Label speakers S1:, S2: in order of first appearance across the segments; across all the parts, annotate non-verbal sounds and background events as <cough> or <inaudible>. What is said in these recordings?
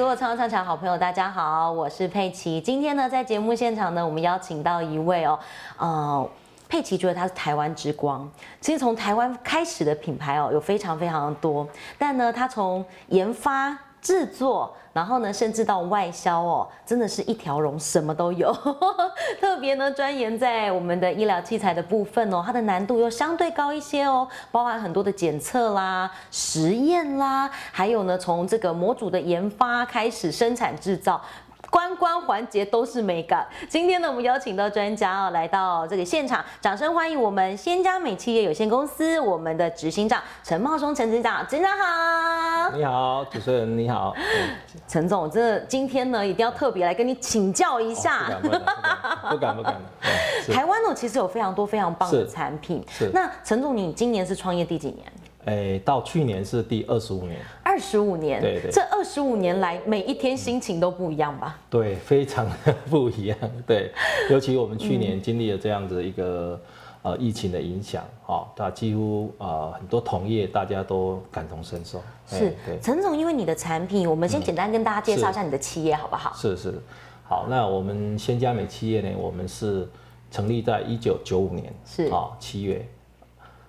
S1: 我超常常好朋友，大家好，我是佩奇。今天呢，在节目现场呢，我们邀请到一位哦，呃，佩奇觉得他是台湾之光。其实从台湾开始的品牌哦，有非常非常多，但呢，他从研发。制作，然后呢，甚至到外销哦，真的是一条龙，什么都有。 <laughs> 特别呢，钻研在我们的医疗器材的部分哦，它的难度又相对高一些哦，包含很多的检测啦、实验啦，还有呢，从这个模组的研发开始，生产制造。关关环节都是美感。今天呢，我们邀请到专家哦，来到这个现场，掌声欢迎我们先佳美企业有限公司我们的执行长陈茂松陈执长，执长好。
S2: 你好，主持人你好，
S1: 陈总，我真的今天呢，一定要特别来跟你请教 <laughs> 一下。
S2: 哦不敢不敢不
S1: <laughs>
S2: 敢不敢，对是
S1: 台湾呢，其实有非常多非常棒的
S2: 是
S1: 产品
S2: 是。
S1: 那陈总，你今年是创业第几年？
S2: 哎，到去年是第二十五年，
S1: 二十五年。
S2: 对对
S1: 这二十五年来，每一天心情都不一样吧？
S2: 对，非常不一样， <laughs> 对，尤其我们去年经历了这样子一个呃疫情的影响，哦，那几乎呃很多同业大家都感同身受，
S1: 是
S2: 哎对，，嗯
S1: 陈总，因为你的产品，我们先简单跟大家介绍一下你的企业好不好？
S2: 是是，好，那我们先佳美企业呢，我们是成立在一九九五年，
S1: 是
S2: 啊、七月。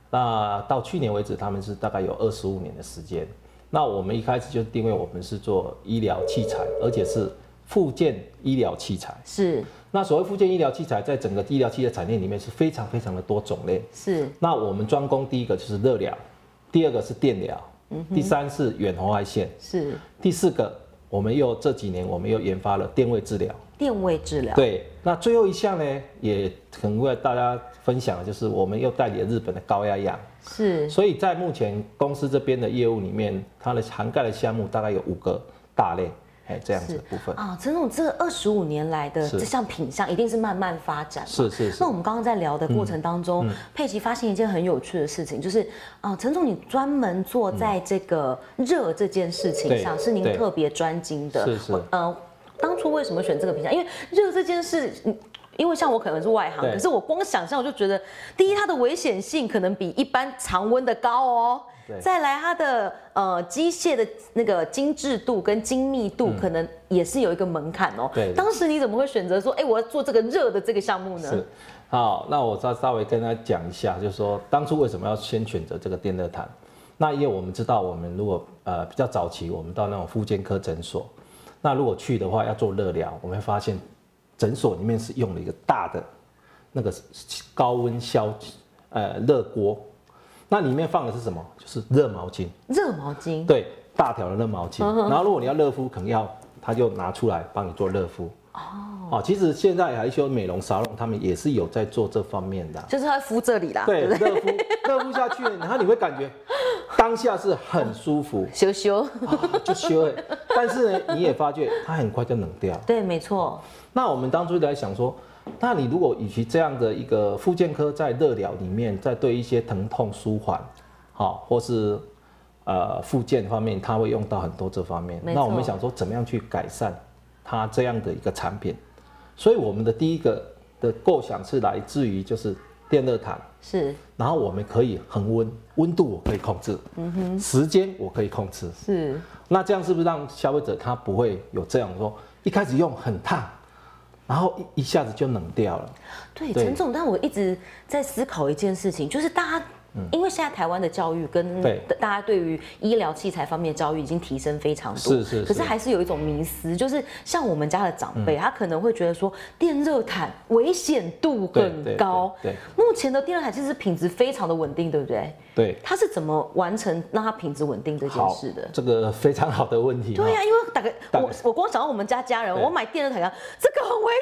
S2: 那到去年为止，他们是大概有二十五年的时间。那我们一开始就定位我们是做医疗器材，而且是附件医疗器材。
S1: 是
S2: 那所谓附件医疗器材，在整个医疗器材产业里面是非常非常的多种类。
S1: 是
S2: 那我们专攻第一个就是热疗，第二个是电疗，第三是远红外线，
S1: 是，
S2: 第四个我们又这几年我们又研发了电位治疗。
S1: 电位治疗。
S2: 对，那最后一项呢，也很为大家分享的就是我们又代理了日本的高压氧，
S1: 是
S2: 所以在目前公司这边的业务里面，它的涵盖的项目大概有五个大类，哎，这样子的部分。
S1: 啊，陈总，这二十五年来的
S2: 是
S1: 这项品相一定是慢慢发展嘛。
S2: 是是是嗯
S1: 那我们刚刚在聊的过程当中，佩奇发现一件很有趣的事情，就是啊、陈总，你专门做在这个热这件事情上，
S2: 嗯对
S1: 是您
S2: 对
S1: 特别专精的。
S2: 是是
S1: 我呃，当初为什么选这个品相？因为热这件事。嗯因为像我可能是外行，
S2: 对
S1: 可是我光想象我就觉得，第一它的危险性可能比一般常温的高哦，
S2: 对
S1: 再来它的呃机械的那个精致度跟精密度可能也是有一个门槛哦。
S2: 嗯对对
S1: 当时你怎么会选择说，哎、我要做这个热的这个项目呢？
S2: 是，好，那我再稍微跟他讲一下，就是说当初为什么要先选择这个电热毯？那因为我们知道，我们如果呃比较早期，我们到那种复健科诊所，那如果去的话要做热疗，我们会发现诊所里面是用了一个大的那个高温消呃热锅，那里面放的是什么？就是热毛巾。
S1: 热毛巾，
S2: 对，大条的热毛巾。然后如果你要热敷，可能要他就拿出来帮你做热敷。哦，其实现在还有一些美容沙龙，他们也是有在做这方面的啊。
S1: 就是它敷这里啦，
S2: 对，
S1: 不对？
S2: 热敷， <laughs> 热敷下去，然后你会感觉当下是很舒服，
S1: 羞羞，
S2: 啊就修哎。但是呢，你也发觉它很快就冷掉。
S1: <laughs> 对，没错，
S2: 那我们当初在想说，那你如果与其这样的一个复健科在热疗里面，在对一些疼痛舒缓，好、或是呃复健方面，它会用到很多这方面。
S1: 没错
S2: 那我们想说，怎么样去改善它这样的一个产品？所以我们的第一个的构想是来自于就是电热毯，
S1: 是
S2: 然后我们可以恒温，温度我可以控制，
S1: 嗯
S2: 时间我可以控制，
S1: 是，
S2: 那这样是不是让消费者他不会有这样说，一开始用很烫，然后一一下子就冷掉了？
S1: 对，
S2: 对
S1: 陈总，但我一直在思考一件事情，就是大家。因为现在台湾的教育跟
S2: 嗯对
S1: 大家对于医疗器材方面的教育已经提升非常多，
S2: 是是是嗯
S1: 可是还是有一种迷思，就是像我们家的长辈，他可能会觉得说电热毯危险度
S2: 对
S1: 很
S2: 对
S1: 高。
S2: 对
S1: 目前的电热毯其实品质非常的稳定，对不对？
S2: 对，
S1: 它是怎么完成让它品质稳定这件
S2: 好
S1: 事的，？
S2: 这个非常好的问题。哦
S1: 对呀、啊因为大概
S2: 大概
S1: 我我光想到我们家家人，
S2: 对
S1: 我买电热毯要，这个很危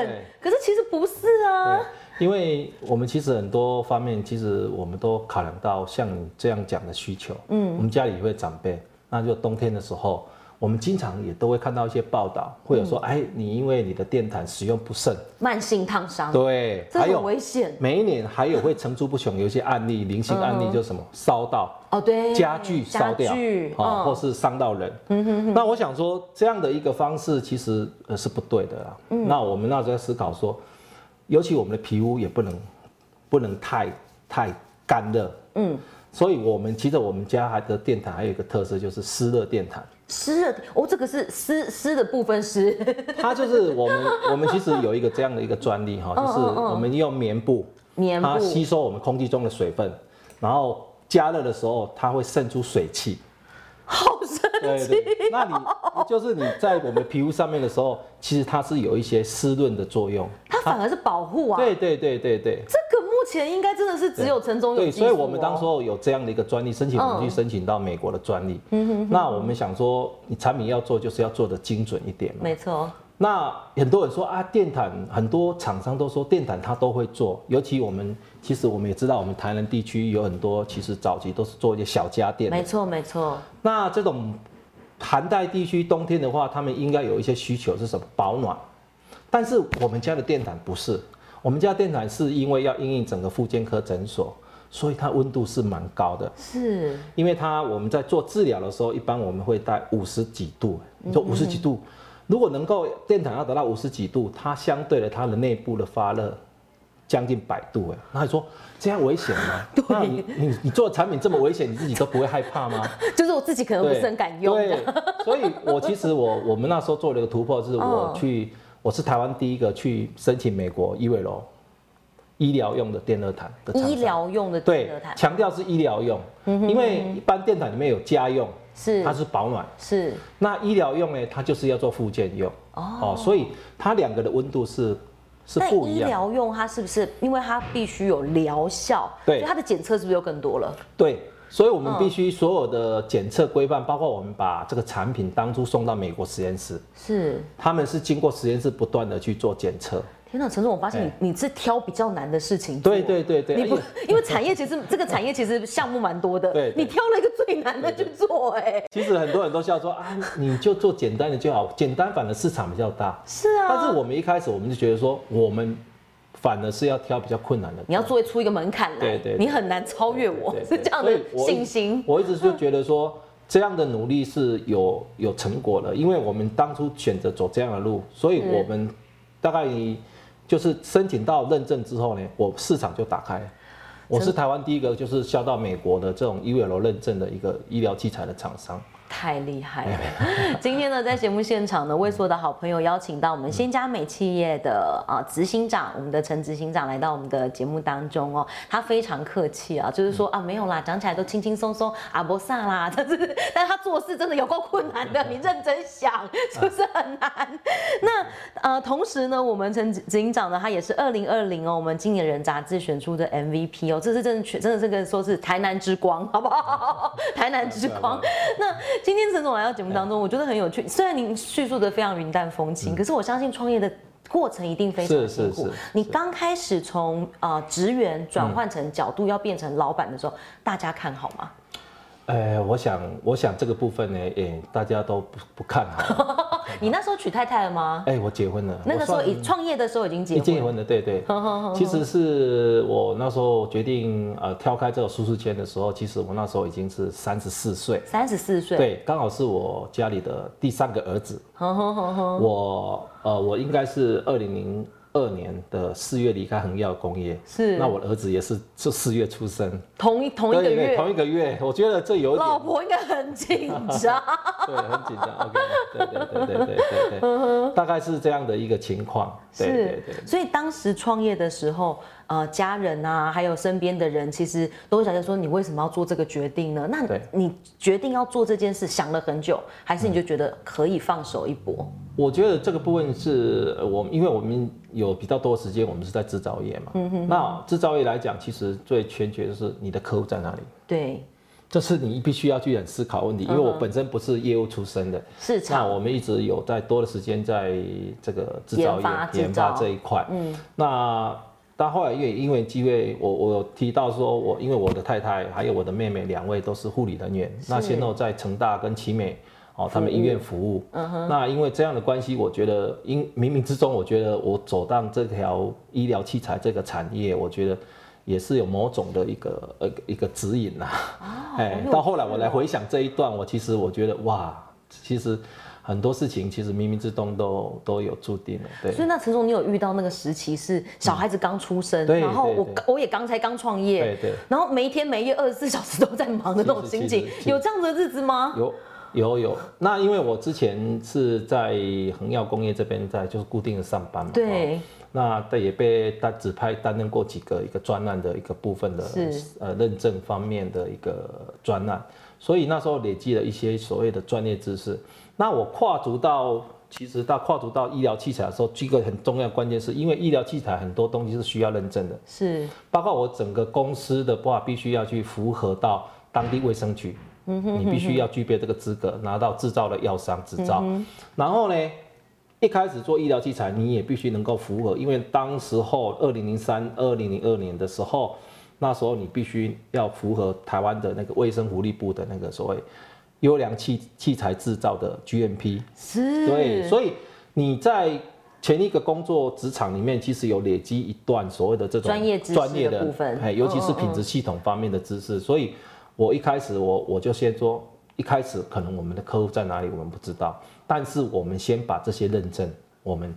S1: 险
S2: 对。
S1: 可是其实不是啊
S2: 哈。对，因为我们其实很多方面，其实我们都考量到像你这样讲的需求。嗯，我们家里也会长辈，那就冬天的时候，我们经常也都会看到一些报道，会有
S1: 嗯
S2: 说，哎，你因为你的电毯使用不慎，
S1: 慢性烫伤，
S2: 对，
S1: 这
S2: 还
S1: 很
S2: 有
S1: 危险
S2: 每一年还有会层出不穷，有一些案例，零星
S1: 嗯
S2: 案例就是什么烧到。
S1: 哦。对，
S2: 家具烧掉
S1: 家具，
S2: 啊，或
S1: 嗯，
S2: 是伤到人。那我想说，这样的一个方式其实呃是不对的啦。
S1: 嗯
S2: 那我们那时候在思考说，尤其我们的皮肤也不能不能太太干热。嗯。所以我们其实我们家还的电毯还有一个特色就是湿热电毯，
S1: 湿热哦，这个是湿湿的部分湿，
S2: <laughs> 它就是我们我们其实有一个这样的一个
S1: <laughs>
S2: 专利哈，
S1: 哦
S2: 就是我们用棉布，
S1: 棉布
S2: 它吸收我们空气中的水分，然后加热的时候它会渗出水汽。
S1: 好深。
S2: 对对，那你就是你在我们皮肤上面的时候，其实它是有一些湿润的作用。
S1: 它反而是保护啊。
S2: 对对对对对。
S1: 这个目前应该真的是只有陈总有
S2: 对，
S1: 技术
S2: 所
S1: 哦
S2: 以我们当时候有这样的一个专利申
S1: 嗯
S2: 请，我们去申请到美国的专利。那我们想说，你产品要做，就是要做的精准一点嘛。
S1: 没错，
S2: 那很多人说啊，电毯很多厂商都说电毯它都会做，尤其我们其实我们也知道，我们台南地区有很多其实早期都是做一些小家电的
S1: 没错，没错，
S2: 那这种寒带地区冬天的话，他们应该有一些需求是什么？保暖。但是我们家的电毯不是，我们家电毯是因为要因应整个复健科诊所，所以它温度是蛮高的。
S1: 是
S2: 因为它我们在做治疗的时候，一般我们会带五十几度，你
S1: 嗯
S2: 说五十几度，如果能够电毯要达到五十几度，它相对的它的内部的发热将近百度，哎，那你说这样危险
S1: <laughs>
S2: 吗？那你你你做的产品这么危险，你自己都不会害怕
S1: <laughs>
S2: 吗？
S1: 就是我自己可能不
S2: 对，
S1: 是很敢用
S2: 对，所以我其实
S1: <laughs>
S2: 我我们那时候做了一个突破，就是
S1: 哦
S2: 我去、我是台湾第一个去申请美国医卫楼医疗用的电热毯的厂商
S1: 医疗用的电
S2: 对
S1: 热毯，
S2: 强调是医疗用，因为一般电毯里面有家用，
S1: 嗯是
S2: 它是保暖。
S1: 是
S2: 那医疗用呢，它就是要做附件用哦所以它两个的温度是是
S1: 但
S2: 不一
S1: 医
S2: 样的。
S1: 疗用它是不是因为它必须有疗效？
S2: 对
S1: 所以它的检测是不是又更多了？
S2: 对，所以我们必须所有的检测规
S1: 嗯
S2: 范，包括我们把这个产品当初送到美国实验室，
S1: 是，
S2: 他们是经过实验室不断的去做检测。
S1: 天哪，陈总，我发现
S2: 哎
S1: 你你是挑比较难的事情做
S2: 对。对对对，
S1: 你不
S2: 哎，
S1: 因为产业其实这个产业其实项目蛮多的，
S2: 对对
S1: 你挑了一个最难的去做、哎，
S2: 其实很多人都笑说啊，你就做简单的就好，简单反而市场比较大。
S1: 是啊，
S2: 但是我们一开始我们就觉得说，我们反而是要挑比较困难的。
S1: 你要做出一个门槛来，
S2: 对对对
S1: 你很难超越我，
S2: 对
S1: 是
S2: 对
S1: 这样
S2: 所
S1: 的
S2: 以我一
S1: 信心。
S2: 我一直就觉得说，这样的努力是有有成果的，因为我们当初选择走这样的路，所以我们大概就是申请到认证之后呢，我市场就打开了。我是台湾第一个就是销到美国的这种 E u l 认证的一个医疗器材的厂商。
S1: 太厉害了！ <laughs> 今天呢，在节目现场呢，魏硕的好朋友邀请到我们仙佳美企业的啊执行长，我们的陈执行长来到我们的节目当中哦，他非常客气啊，就是说啊没有啦，讲起来都轻轻松松啊不萨啦， <laughs> 但是但他做事真的有够困难 <laughs> 的，你认真想是不是很难？ <laughs> 那呃，同时呢，我们陈执行长呢，他也是二零二零哦，我们经纪人杂志选出的 MVP 哦，这是真的全真的是跟说是台南之光，好不 <laughs> 好？台南之光。那今天陈总来到节
S2: 哎
S1: 目当中，我觉得很有趣。虽然您叙述的非常云淡风轻，可是我相信创业的。过程一定非常
S2: 嗯是
S1: 辛苦
S2: 是是。
S1: 你
S2: 是
S1: 刚开始从啊职员转换成角度要变成老板的时候，大家看好吗？
S2: 呃，我想，我想这个部分呢，诶，大家都不不看
S1: <laughs>
S2: 好。
S1: 你那时候娶太太了吗？
S2: 哎，我结婚了，
S1: 那个时候
S2: 嗯我算
S1: 已创业的时候已经结
S2: 已
S1: 婚
S2: 经结
S1: 了，
S2: 婚了，对
S1: <laughs>
S2: 对。其实是我那时候决定呃跳开这个舒适圈的时候，其实我那时候已经是三十四岁，
S1: 三十四岁。
S2: 对，刚好是我家里的第三个儿
S1: <laughs>
S2: 子。我呃，我应该是二零零二年的四月离开恒耀工业，
S1: 是
S2: 那我的儿子也是就四月出生，
S1: 同一同一个
S2: 对对
S1: 月，
S2: 同一个月，我觉得这有一点
S1: 老婆应该很紧张。
S2: <laughs> 对，很紧张。OK，对对对对对对对，大概是这样的一个情况。对对
S1: 是
S2: 对，，
S1: 所以当时创业的时候，呃，家人啊，还有身边的人，其实都想着说，你为什么要做这个决定呢？那
S2: 对
S1: 你决定要做这件事，想了很久，还是你就觉得可以放手一搏？
S2: 我觉得这个部分是呃我们，因为我们有比较多时间，我们是在制造业嘛。那制造业来讲，其实最缺缺就是你的客户在哪里，
S1: 对，
S2: 这是你必须要去很思考的问题。因为我本身不是业务出身的，
S1: 市
S2: 那
S1: 场
S2: 我们一直有在多的时间在这个制造
S1: 研发制
S2: 业研发
S1: 造
S2: 这一块。嗯，那但后来也因为机会，我我有提到说我因为我的太太还有我的妹妹两位都是护理人员，那先后在成大跟奇美。哦，他们医院服务，嗯哼，那因为这样的关系，我觉得因冥冥之中，我觉得我走到这条医疗器材这个产业，我觉得也是有某种的一个呃一个指引呐、啊。哎、
S1: 哦好有
S2: 到后来
S1: 趣
S2: 我来回想这一段，我其实我觉得哇，其实很多事情其实冥冥之中都都有注定的，对。
S1: 所以那陈总，你有遇到那个时期是小孩子刚出生，
S2: 对
S1: 然后
S2: 对
S1: 我
S2: 对
S1: 刚我也刚才刚创业，
S2: 对对
S1: 然后每一天每夜二十四小时都在忙的那种
S2: 是是
S1: 心
S2: 是
S1: 情
S2: 是，是
S1: 有这样的日子吗？
S2: 有有有，那因为我之前是在恒耀工业这边在就是固定的上班嘛，
S1: 对
S2: 哦那对也被单指派担任过几个一个专案的一个部分的
S1: 是
S2: 呃认证方面的一个专案，所以那时候累积了一些所谓的专业知识。那我跨足到其实到跨足到医疗器材的时候，一个很重要的关键是因为医疗器材很多东西是需要认证的，
S1: 是
S2: 包括我整个公司的话，必须要去符合到当地卫生局，你必须要具备这个资格，拿到制造的药商执照。然后呢，一开始做医疗器材，你也必须能够符合，因为当时候二零零三、二零零二年的时候，那时候你必须要符合台湾的那个卫生福利部的那个所谓优良器器材制造的 GMP。
S1: 是，
S2: 对，所以你在前一个工作职场里面，其实有累积一段所谓的这种
S1: 专业知识的
S2: 专业的
S1: 部分嗯
S2: 哎，尤其是品质系统方面的知识。所以，我一开始我我就先说，一开始可能我们的客户在哪里我们不知道，但是我们先把这些认证，我们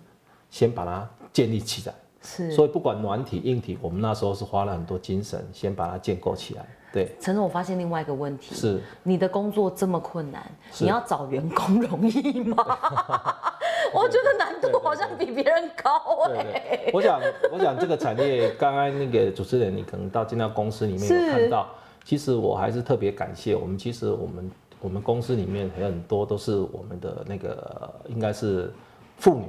S2: 先把它建立起来。
S1: 是
S2: 所以不管软体硬体，我们那时候是花了很多精神，先把它建构起来。对，
S1: 陈总，我发现另外一个问题，
S2: 是。
S1: 你的工作这么困难，
S2: 是
S1: 你要找员工容易
S2: <laughs>
S1: 吗？我觉得难度好像比别人高哎、
S2: 对对，我想，我想这个产业，刚刚那个主持人，你可能到进到公司里面
S1: 是
S2: 有看到，其实我还是特别感谢我们，其实我们我们公司里面还有很多都是我们的那个应该是妇女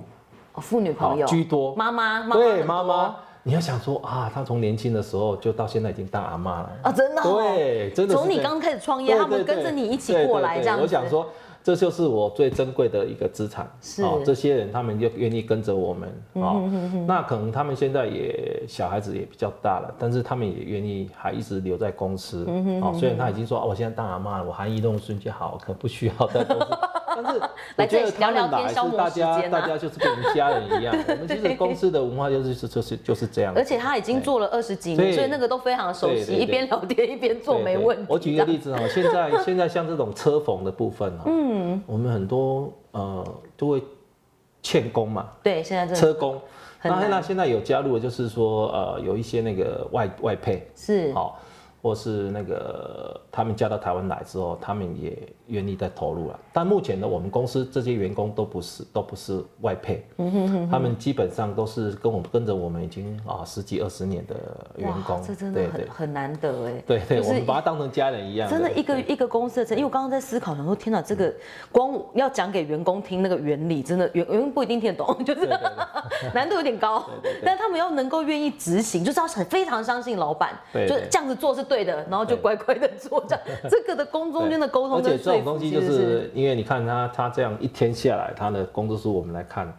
S1: 哦，妇女朋友
S2: 居多，
S1: 妈妈，妈
S2: 对
S1: 很
S2: 妈
S1: 多
S2: 妈，你要想说啊，她从年轻的时候就到现在已经当阿妈了，
S1: 啊，真的、哦，
S2: 对，真的是
S1: 从
S2: 这
S1: 你
S2: 样
S1: 刚开始创业，
S2: 对
S1: 他们
S2: 对对
S1: 跟着你一起
S2: 对
S1: 过
S2: 对
S1: 来
S2: 对
S1: 这样子，
S2: 我想说，这就是我最珍贵的一个资产。哦
S1: 是嗯
S2: 这些人他们就愿意跟着我们啊、哦那可能他们现在也小孩子也比较大了，但是他们也愿意还一直留在公司。
S1: 嗯
S2: 哦，虽然他已经说哦，我现在当阿妈了，我含饴弄孙就好，可不需要
S1: <laughs>
S2: 在公司。但是我
S1: 来这
S2: 觉
S1: 里
S2: 得他
S1: 聊聊
S2: 们
S1: 天
S2: 来是
S1: 消磨
S2: 大
S1: 时
S2: 家、
S1: 间啊
S2: 大家就是变成家人一样。我们其
S1: <laughs>
S2: 实公司的文化就是就是就是这样子。
S1: 而且他已经做了二十几年，
S2: 对
S1: 所以那个都非常熟
S2: 对
S1: 悉，
S2: 对对
S1: 一边聊天一边做
S2: 对
S1: 没
S2: 对
S1: 问题。
S2: 我举一个例子哈，现在现在像这种车缝的部分哈，嗯，我们很多呃就会欠工嘛，
S1: 对，现在这
S2: 车工。
S1: 很
S2: 那
S1: 难
S2: 那现在有加入的就是说呃有一些那个外外配，
S1: 是
S2: 好、或是那个他们嫁到台湾来之后，他们也愿意再投入了。但目前呢，我们公司这些员工都不是都不是外配，
S1: 嗯
S2: 他们基本上都是跟我们跟着我们已经啊十几二十年的员工，
S1: 这真的
S2: 对
S1: 很很难得哎。
S2: 对对对，
S1: 就是
S2: 我们把它当成家人一样。
S1: 真的一个一个公司的成，因为我刚刚在思考，想说天哪，这个光要讲给员工听那个原理，真的员员工不一定听得懂， <laughs> 就是 <laughs> 难度有点高。但他们要能够愿意执行，就是要很非常相信老板，
S2: 对
S1: 就是
S2: 对
S1: 这样子做是对的，然后就
S2: 对
S1: 乖乖的做这样。这个的工中间的沟通
S2: 而且
S1: 跟
S2: 这
S1: 说
S2: 种
S1: 服，
S2: 东西
S1: 其
S2: 就
S1: 实
S2: 是因为你看他他这样一天下来，他的工作书我们来看，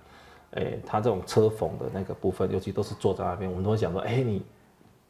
S2: 哎、他这种车缝的那个部分，尤其都是坐在那边，我们都会想说，哎、你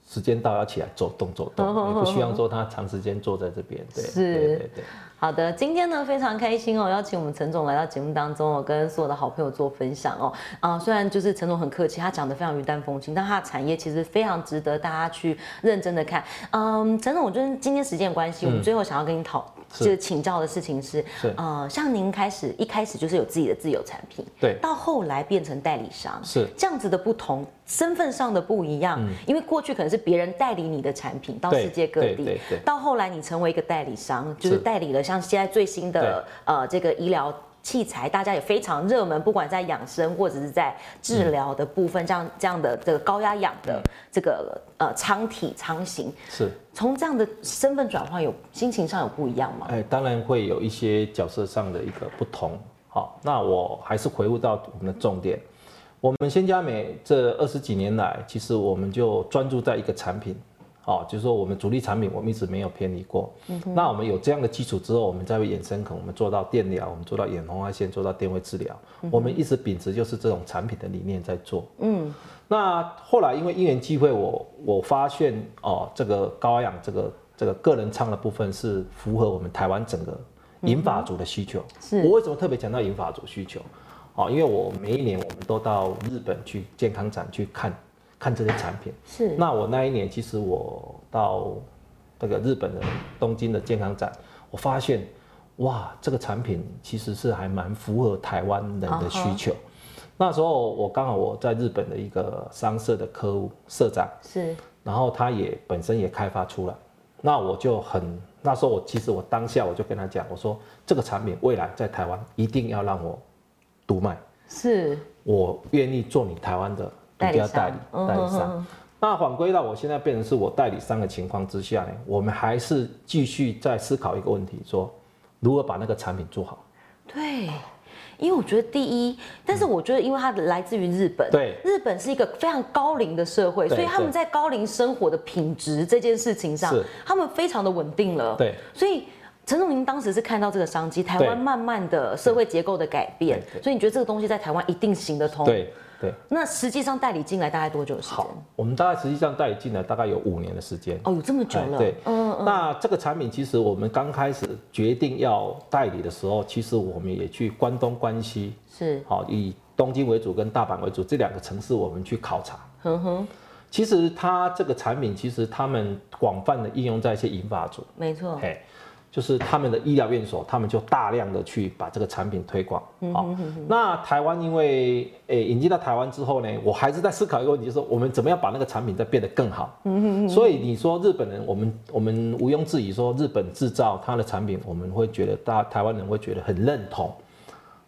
S2: 时间到要起来走动走动，
S1: <laughs>
S2: 你不希望说他长时间坐在这边，对，
S1: 是
S2: 对对对。
S1: 好的，今天呢非常开心哦，邀请我们陈总来到节目当中哦，跟所有的好朋友做分享哦。啊、虽然就是陈总很客气，他讲的非常云淡风轻，但他的产业其实非常值得大家去认真的看。嗯，陈总，我觉得今天时间关系，我们最后想要跟你讨，
S2: 嗯是
S1: 就是请教的事情是，
S2: 是
S1: 呃，像您开始一开始就是有自己的自有产品，
S2: 对
S1: 到后来变成代理商，
S2: 是
S1: 这样子的不同，身份上的不一样，因为过去可能是别人代理你的产品到
S2: 嗯对
S1: 世界各
S2: 对
S1: 地
S2: 对对，
S1: 到后来你成为一个代理商，就是
S2: 是
S1: 代理了像现在最新的呃这个医疗。器材大家也非常热门，不管在养生或者是在治疗的部分，这样这样的这个高压氧的
S2: 嗯
S1: 这个呃舱体舱型，
S2: 是，
S1: 从这样的身份转换有心情上有不一样吗？
S2: 哎，当然会有一些角色上的一个不同。好，那我还是回顾到我们的重点。我们仙家美这二十几年来，其实我们就专注在一个产品，好、就是说我们主力产品我们一直没有偏离过。那我们有这样的基础之后，我们再会衍生，可能我们做到电疗，我们做到眼红外线，做到电位治疗，我们一直秉持就是这种产品的理念在做。那后来因为因缘机会我，我发现哦，这个高氧这个这个个人舱的部分是符合我们台湾整个银发族的需求。
S1: 是
S2: 我为什么特别强调银发族需求？哦，因为我每一年我们都到日本去健康展去看看这些产品。
S1: 是
S2: 那我那一年其实我到那个日本的东京的健康展，我发现哇，这个产品其实是还蛮符合台湾人的需求。那时候我刚好我在日本的一个商社的科务社长，
S1: 是
S2: 然后他也本身也开发出来，那我就很那时候我其实我当下我就跟他讲，我说这个产品未来在台湾一定要让我独卖，
S1: 是，
S2: 我愿意做你台湾的独家代理
S1: 代理商
S2: 代理
S1: 嗯哼
S2: 商。那反归到我现在变成是我代理商的情况之下呢，我们还是继续在思考一个问题，说如何把那个产品做好。
S1: 对，因为我觉得第一，但是我觉得因为它来自于日本，
S2: 对
S1: 日本是一个非常高龄的社会，
S2: 对
S1: 所以他们
S2: 对
S1: 在高龄生活的品质这件事情上
S2: 是，
S1: 他们非常的稳定了，
S2: 对，
S1: 所以。陈总，您当时是看到这个商机，台湾
S2: 对
S1: 慢慢的社会结构的改变
S2: 对，对
S1: 所以你觉得这个东西在台湾一定行得通？。
S2: 对对，
S1: 那实际上代理进来大概多久的时间
S2: 好？，我们大概实际上代理进来大概有五年的时间。
S1: 哦，有这么久
S2: 哎
S1: 了。
S2: 对，
S1: 嗯，
S2: 那这个产品其实我们刚开始决定要代理的时候，其实我们也去关东、关西，
S1: 是，
S2: 好，以东京为主跟大阪为主这两个城市，我们去考察。
S1: 哼哼，
S2: 其实它这个产品，其实他们广泛的应用在一些银发族，
S1: 没错，
S2: 嘿，就是他们的医疗院所，他们就大量的去把这个产品推广。好，那台湾因为诶、引进到台湾之后呢，我还是在思考一个问题，就是说我们怎么样把那个产品再变得更好。所以你说日本人，我们我们毋庸置疑说日本制造它的产品，我们会觉得大台湾人会觉得很认同。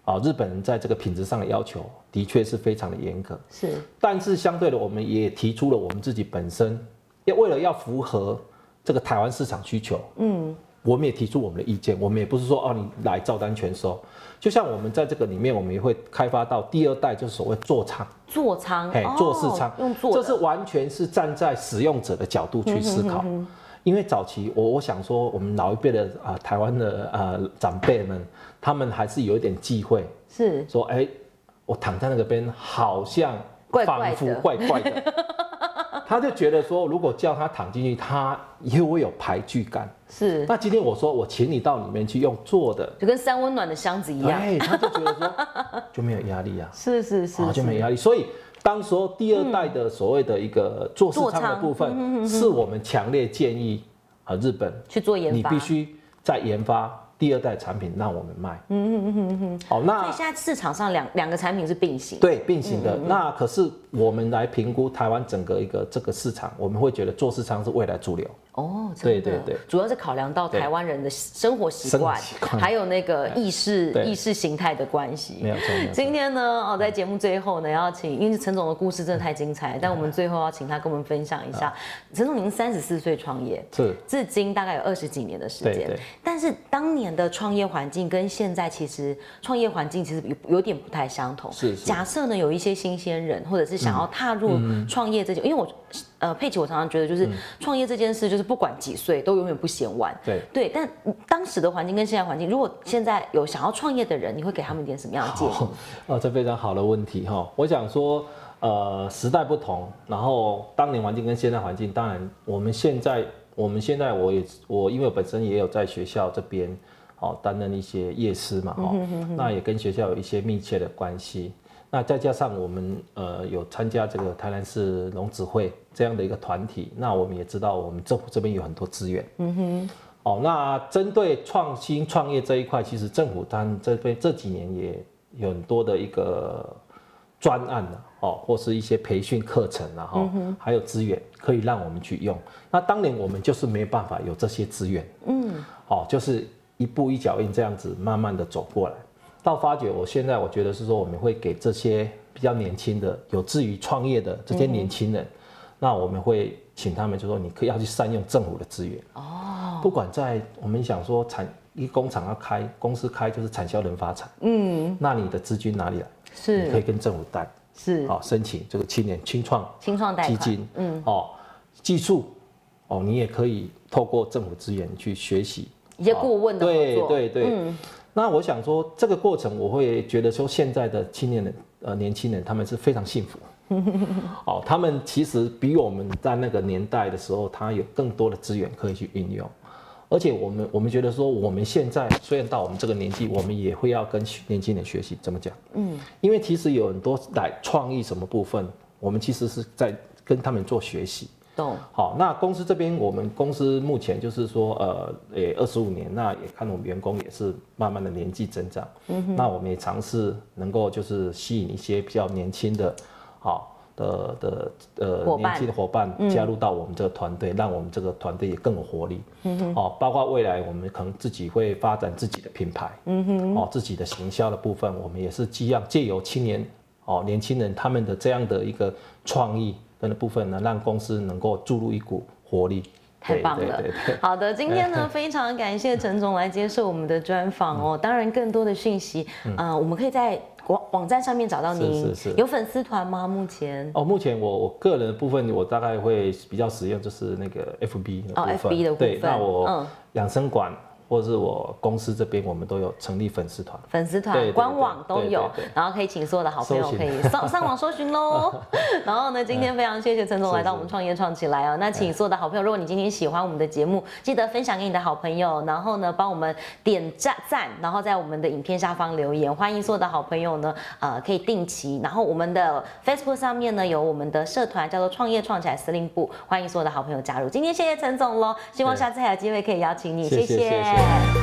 S2: 啊、日本人在这个品质上的要求的确是非常的严格。
S1: 是
S2: 但是相对的，我们也提出了我们自己本身，要为了要符合这个台湾市场需求，嗯，我们也提出我们的意见，我们也不是说哦你来照单全收，就像我们在这个里面，我们也会开发到第二代，就是所谓座舱，
S1: 座舱哦
S2: 嘿，，做市场，
S1: 用做
S2: 这
S1: 的
S2: 是完全是站在使用者的角度去思
S1: 嗯
S2: 考。因为早期我我想说，我们老一辈的啊、台湾的啊、长辈们，他们还是有一点忌讳，
S1: 是
S2: 说哎、我躺在那个边好像
S1: 怪怪
S2: 仿
S1: 的
S2: 佛怪怪的，
S1: <laughs>
S2: 他就觉得说，如果叫他躺进去，他也会有排拒感。
S1: <laughs> 是，
S2: 那今天我说我请你到里面去用坐的，
S1: 就跟三温暖的箱子一样。
S2: 哎，他就觉得说就没有压力啊。
S1: 是是 <laughs> 是
S2: 啊，就没压力。所以当时候第二代的所谓的一个做市
S1: 座
S2: 场的
S1: 舱
S2: 部
S1: 嗯
S2: 分，是我们强烈建议啊日本，
S1: 去做研
S2: 你
S1: 发。
S2: 必须再研发第二代产品让我们卖。嗯嗯嗯嗯好，
S1: 所以
S2: 那
S1: 现在市场上两两个产品是并行。
S2: 对并行的。那可是我们来评估台湾整个一个这个市场，我们会觉得做市场是未来主流。
S1: 哦，真的
S2: 对对对，
S1: 主要是考量到
S2: 对
S1: 台湾人的生活习惯
S2: 生活习，惯哎
S1: 还有那个意识
S2: 对
S1: 意识形态的关系。
S2: 没有错没有错嗯
S1: 今天呢，哦，在节目最后呢，要请，因为陈总的故事真的太精彩，但我们最后要请他跟我们分享一下，陈总您三十四岁创业，
S2: 是
S1: 至今大概有二十几年的时
S2: 对
S1: 间
S2: 对，
S1: 但是当年的创业环境跟现在其实创业环境其实有有点不太相同。
S2: 是是
S1: 假设呢，有一些新鲜人或者是想要踏入
S2: 嗯
S1: 创业这件，因为我呃佩奇，我常常觉得就是创业这件事，就是不管几岁都永远不嫌晚。
S2: 对
S1: 对，但当时的环境跟现在环境，如果现在有想要创业的人，你会给他们一点什么样的建议？
S2: 好， <laughs> 呃，这非常好的问题哈。我想说，呃，时代不同，然后当年环境跟现在环境，当然我们现在，我们现在我也我因为我本身也有在学校这边哦担任一些夜师嘛哈，那也跟学校有一些密切的关系。那再加上我们呃有参加这个台南市龙子会这样的一个团体，那我们也知道我们政府这边有很多资源，哦，那针对创新创业这一块，其实政府它这边这几年也有很多的一个专案呢、哦，或是一些培训课程啊，哈、还有资源可以让我们去用。那当年我们就是没办法有这些资源，嗯，哦，就是一步一脚印这样子慢慢的走过来，到发觉我现在我觉得是说我们会给这些比较年轻的有志于创业的这些年轻人，那我们会请他们就说你可以要去善用政府的资源。不管在我们想说产一工厂要开，公司开就是产销人发财，嗯，那你的资金哪里来？你可
S1: 是
S2: 以跟政府贷，
S1: 是，
S2: 好、申请这个青年青创
S1: 清创贷
S2: 基
S1: 款
S2: 金，嗯，哦，技术，哦，你也可以透过政府资源去学习
S1: 一些顾问的合
S2: 哦对
S1: 作，嗯
S2: 对对。那我想说，这个过程我会觉得说，现在的青年人呃年轻人他们是非常
S1: <laughs>
S2: 幸福。哦，他们其实比我们在那个年代的时候，他有更多的资源可以去运用。而且我们我们觉得说，我们现在虽然到我们这个年纪，我们也会要跟年轻人学习怎么讲。嗯，因为其实有很多来创意什么部分，我们其实是在跟他们做学习。
S1: 懂，
S2: 好，那公司这边我们公司目前就是说，呃，也二十五年，那也看我们员工也是慢慢的年纪增长，嗯、那我们也尝试能够就是吸引一些比较年轻的，好的的
S1: 伙伴
S2: 呃年轻的伙伴加入到我们这个团队，让我们这个团队也更有活力，嗯哦，包括未来我们可能自己会发展自己的品牌，嗯哼，哦，自己的行销的部分，我们也是既要借由青年哦年轻人他们的这样的一个创意跟的部分呢，让公司能够注入一股活力。
S1: 太棒
S2: 对
S1: 了
S2: 对对对。
S1: 好的，今天
S2: 哎
S1: 呢，非常感谢陈总来接受我们的专访
S2: 嗯
S1: 哦。当然，更多的讯息，呃，我们可以在网网站上面找到您。
S2: 是是是
S1: 有粉丝团吗？目前？
S2: 哦，目前我我个人的部分，我大概会比较使用就是那个 FB 的部
S1: 哦
S2: 分。
S1: ，FB 的部
S2: 对，
S1: 分
S2: 那
S1: 嗯
S2: 我养生馆、或者是我公司这边，我们都有成立粉丝团。
S1: 粉丝
S2: 对
S1: 团、
S2: 对
S1: 官网都有
S2: 对对对，
S1: 然后可以请所有的好朋友
S2: 搜寻
S1: 可以
S2: <laughs>
S1: 上上网搜寻喽。然后呢，今天非常谢谢陈总
S2: 是
S1: 来到
S2: 嗯是
S1: 我们创业创起来哦。那请所有的好朋友，如果你今天喜欢我们的节目，记得分享给你的好朋友，然后呢帮我们点赞赞，然后在我们的影片下方留言。欢迎所有的好朋友呢，呃，可以定期。然后我们的 Facebook 上面呢有我们的社团叫做创业创起来司令部，欢迎所有的好朋友加入。今天谢谢陈总喽，希望
S2: 对
S1: 下次还有机会可以邀请你，
S2: 谢谢谢谢
S1: 谢